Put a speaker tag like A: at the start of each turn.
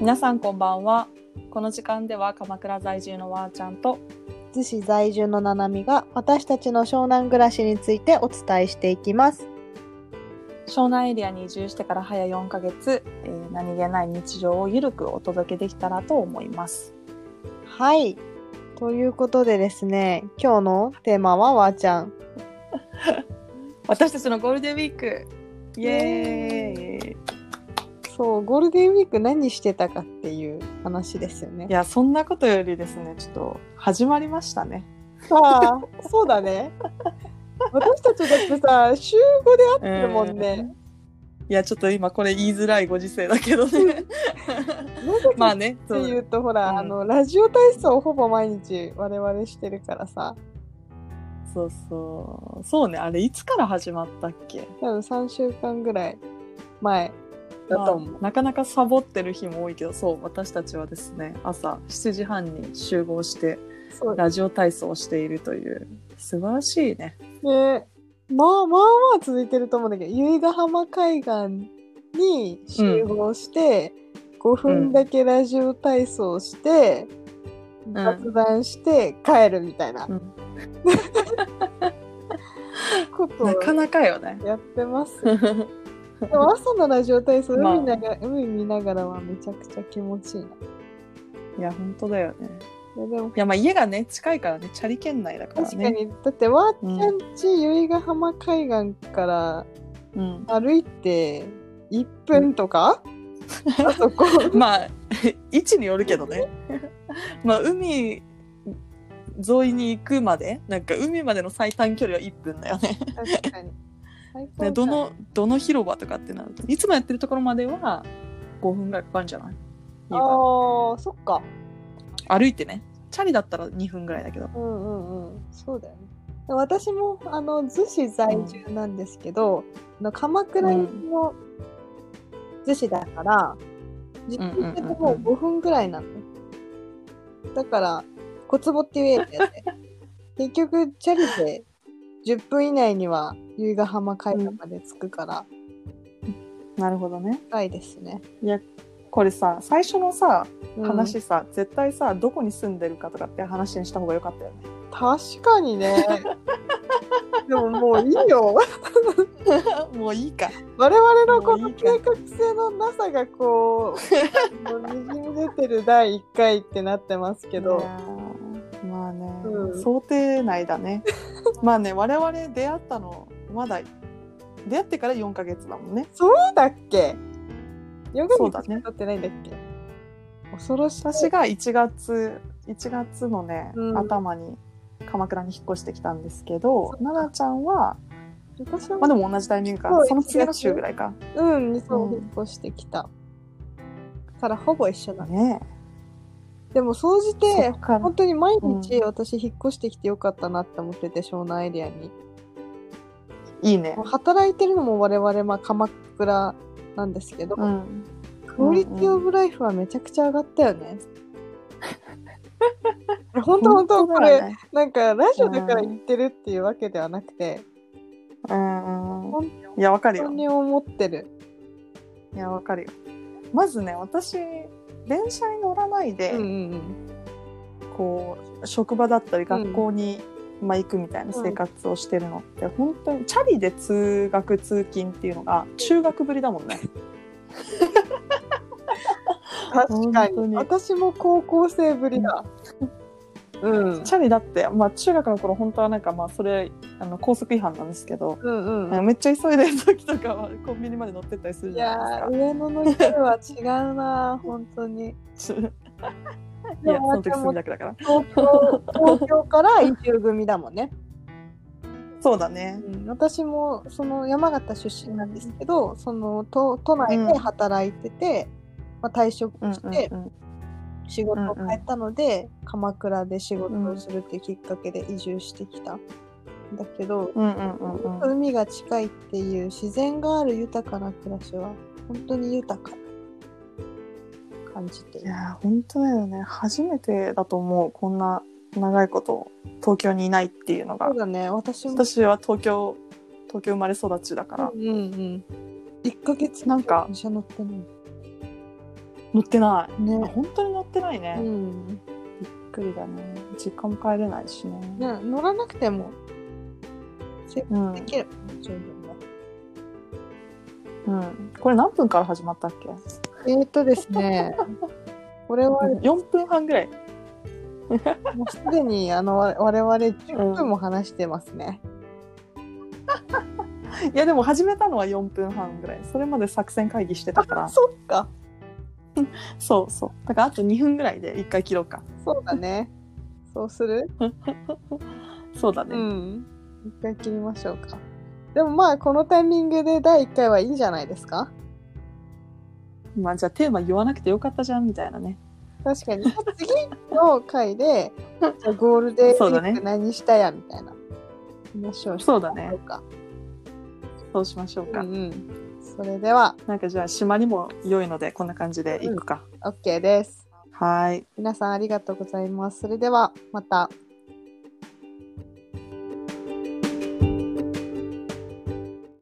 A: 皆さんこんばんはこの時間では鎌倉在住のわーちゃんと
B: 逗子在住のななみが私たちの湘南暮らしについてお伝えしていきます。
A: 湘南エリアに移住してから早4ヶ月、えー何気ない日常をゆるくお届けできたらと思います
B: はい。ということでですね、今日のテーマはわーちゃん。
A: 私たちのゴールデンウィークイエーイ
B: ーイそう、ゴールデンウィーク何してたかっていう話ですよね
A: い。やそんなことよりですねちょっと始まりましたね
B: さあ、そうだね。 私たちだってさ、週5で会ってるもんね。
A: いやちょっと今これ言いづらいご時世だけど ね
B: なぜ
A: ま
B: か
A: あ
B: っ
A: ね
B: て
A: そう
B: いうと、ほら、
A: うん
B: あの、ラジオ体操をほぼ毎日我々してるからさ、
A: そうそうそうねあれいつから始まったっけ
B: 多分3週間ぐらい前だと思う
A: まあ。なかなかサボってる日も多いけどそう私たちはですね朝7時半に集合して
B: そう
A: ラジオ体操をしているという素晴らしいね
B: で、まあまあまあ続いてると思うんだけど、由比ヶ浜海岸に集合して、5分だけラジオ体操して、雑談して帰るみたいな、
A: うん
B: こと
A: なか
B: を
A: なかよ ね
B: やってます。でも朝のラジオ体操、
A: まあ
B: 海なが海見ながらはめちゃくちゃ気持ちいいな。
A: いや本当だよね
B: いやでも
A: いやまあ家がね近いからねチャリ圏内だからね
B: 確かに、だってわーちゃんち由比ヶ浜海岸から
A: うん、
B: 歩いて1分とか、あ そこ
A: まあ位置によるけどね まあ海沿いに行くまでなんか海までの最短距離は1分だよね
B: 確かに最高
A: ね
B: だ
A: どのどの広場とかってなるといつもやってるところまでは5分ぐらいかかるんじゃない
B: あ
A: 家
B: ーそっか
A: が歩いてねチャリだったら2分ぐらいだけど
B: うんうんうんそうだよねで私もあの逗子在住なんですけど、あの鎌倉行きの逗子だから自分でもう5分ぐらいなの、だから小坪って言えってやつね結局チャリで10分以内には由比ヶ浜海岸まで着くから
A: なるほどね
B: 近いですね、
A: これさ最初のさ
B: うん
A: 話さ、絶対さどこに住んでるかとかって話にした方が良かったよね
B: 確かにねでももういいよ
A: もういいか
B: 我々のこ
A: もう
B: の
A: いいか
B: 計画性のなさがこうもう滲み出てる第1回ってなってますけど、
A: いやーまあね、
B: うん
A: 想定内だ ねまあね我々出会ったのまだ出会ってから4ヶ月だもんね
B: そうだっけヨガ
A: そう
B: に
A: だね
B: 撮ってないんだっけ恐ろしい
A: 私が1月1月のね、
B: うん
A: 頭に鎌倉に引っ越してきたんですけど
B: そっか
A: 奈々ちゃんは、
B: 私
A: まあ、
B: は
A: でも同じタイミングか
B: そう
A: その次
B: 1
A: の
B: 月
A: 週ぐらいか
B: うんそう
A: うん
B: 引っ越してきた、からほぼ一緒だね
A: ね
B: でも総じて
A: そっから
B: 本当に毎日私引っ越してきてよかったなって思ってて湘南エリアに
A: いいね
B: もう働いてるのも我々、まあ、鎌倉なんですけど、
A: うん
B: クオリティオブライフはめちゃくちゃ上がったよ ね。本当本当こ
A: だ
B: れ、
A: よね
B: なんかラジオだから言ってるっていうわけではなくて、
A: うん
B: 本
A: いやわかる
B: 当
A: よ
B: に思ってる。
A: いやわかるよまずね私電車に乗らないで、
B: うんうん
A: こう職場だったり学校に、まあ、行くみたいな生活をしてるのって、本当にチャリで通学通勤っていうのが中学ぶりだもんね
B: 確か
A: 本当
B: に
A: に
B: 私も高校生ぶりだ。うん。
A: チャリだって、まあ、中学の頃本当はなんかまあそれあの高速違反なんですけど、
B: うんうん
A: なんかめっちゃ急いでる時とかはコンビニまで乗ってったりする
B: い
A: じゃ
B: や
A: ない
B: ー上野の家は違うな本当に。
A: ですか。い
B: で
A: や、そ
B: もわ
A: の
B: ち
A: 時
B: ゃん
A: 住
B: も
A: みだけだから。
B: 東京東京から移住組だもんね。
A: そうだね。
B: うん、私もその山形出身なんですけど、その都都内で働いてて、まあ、退職
A: うんう
B: し
A: ん
B: て
A: うん
B: 仕事を変えたので、鎌倉で仕事をするっていうきっかけで移住してきたんだけど、
A: うんうんうんうん
B: 海が近いっていう自然がある豊かな暮らしは本当に豊かな感じてい
A: い
B: る
A: やー本当だよね初めてだと思うこんな長いこと東京にいないっていうのが
B: そうだね私も
A: 私は東京東京生まれ育ちだから、
B: うんうん1ヶ月
A: なんか
B: 電車乗ってない
A: 乗ってないあ
B: ね。
A: 本当に乗ってないね、
B: う
A: びっ
B: ん。
A: くりだね実家も帰れないしね
B: ね乗らなくても
A: うん
B: できる。十分ね
A: うん、これ何分から始まったっけ
B: えーっとで すね。これは
A: 4分半ぐらい
B: もうすでにあのわ我々10分も話してますね。
A: いやでも始めたのは4分半ぐらいそれまで作戦会議してたから
B: そっか。
A: そうそうだからあと2分ぐらいで1回切ろうか
B: そうだね。そうする？
A: そうだね、
B: うん。一回切りましょうか。でもまあこのタイミングで第1回はいいんじゃないですか
A: まあじゃあテーマ言わなくてよかったじゃんみたいなね
B: 確かに 次の回でじゃあゴールデンウィ
A: そうだ
B: ー
A: ね
B: ク何したやみたいな話をし
A: そうだ
B: ま
A: ね
B: しょうか。
A: そうしましょう
B: う
A: か、
B: んうん。それでは
A: なんかじゃあ島にも良いのでこんな感じでいくか、
B: OK です。
A: はーい
B: 皆さんありがとうございます。それではまた。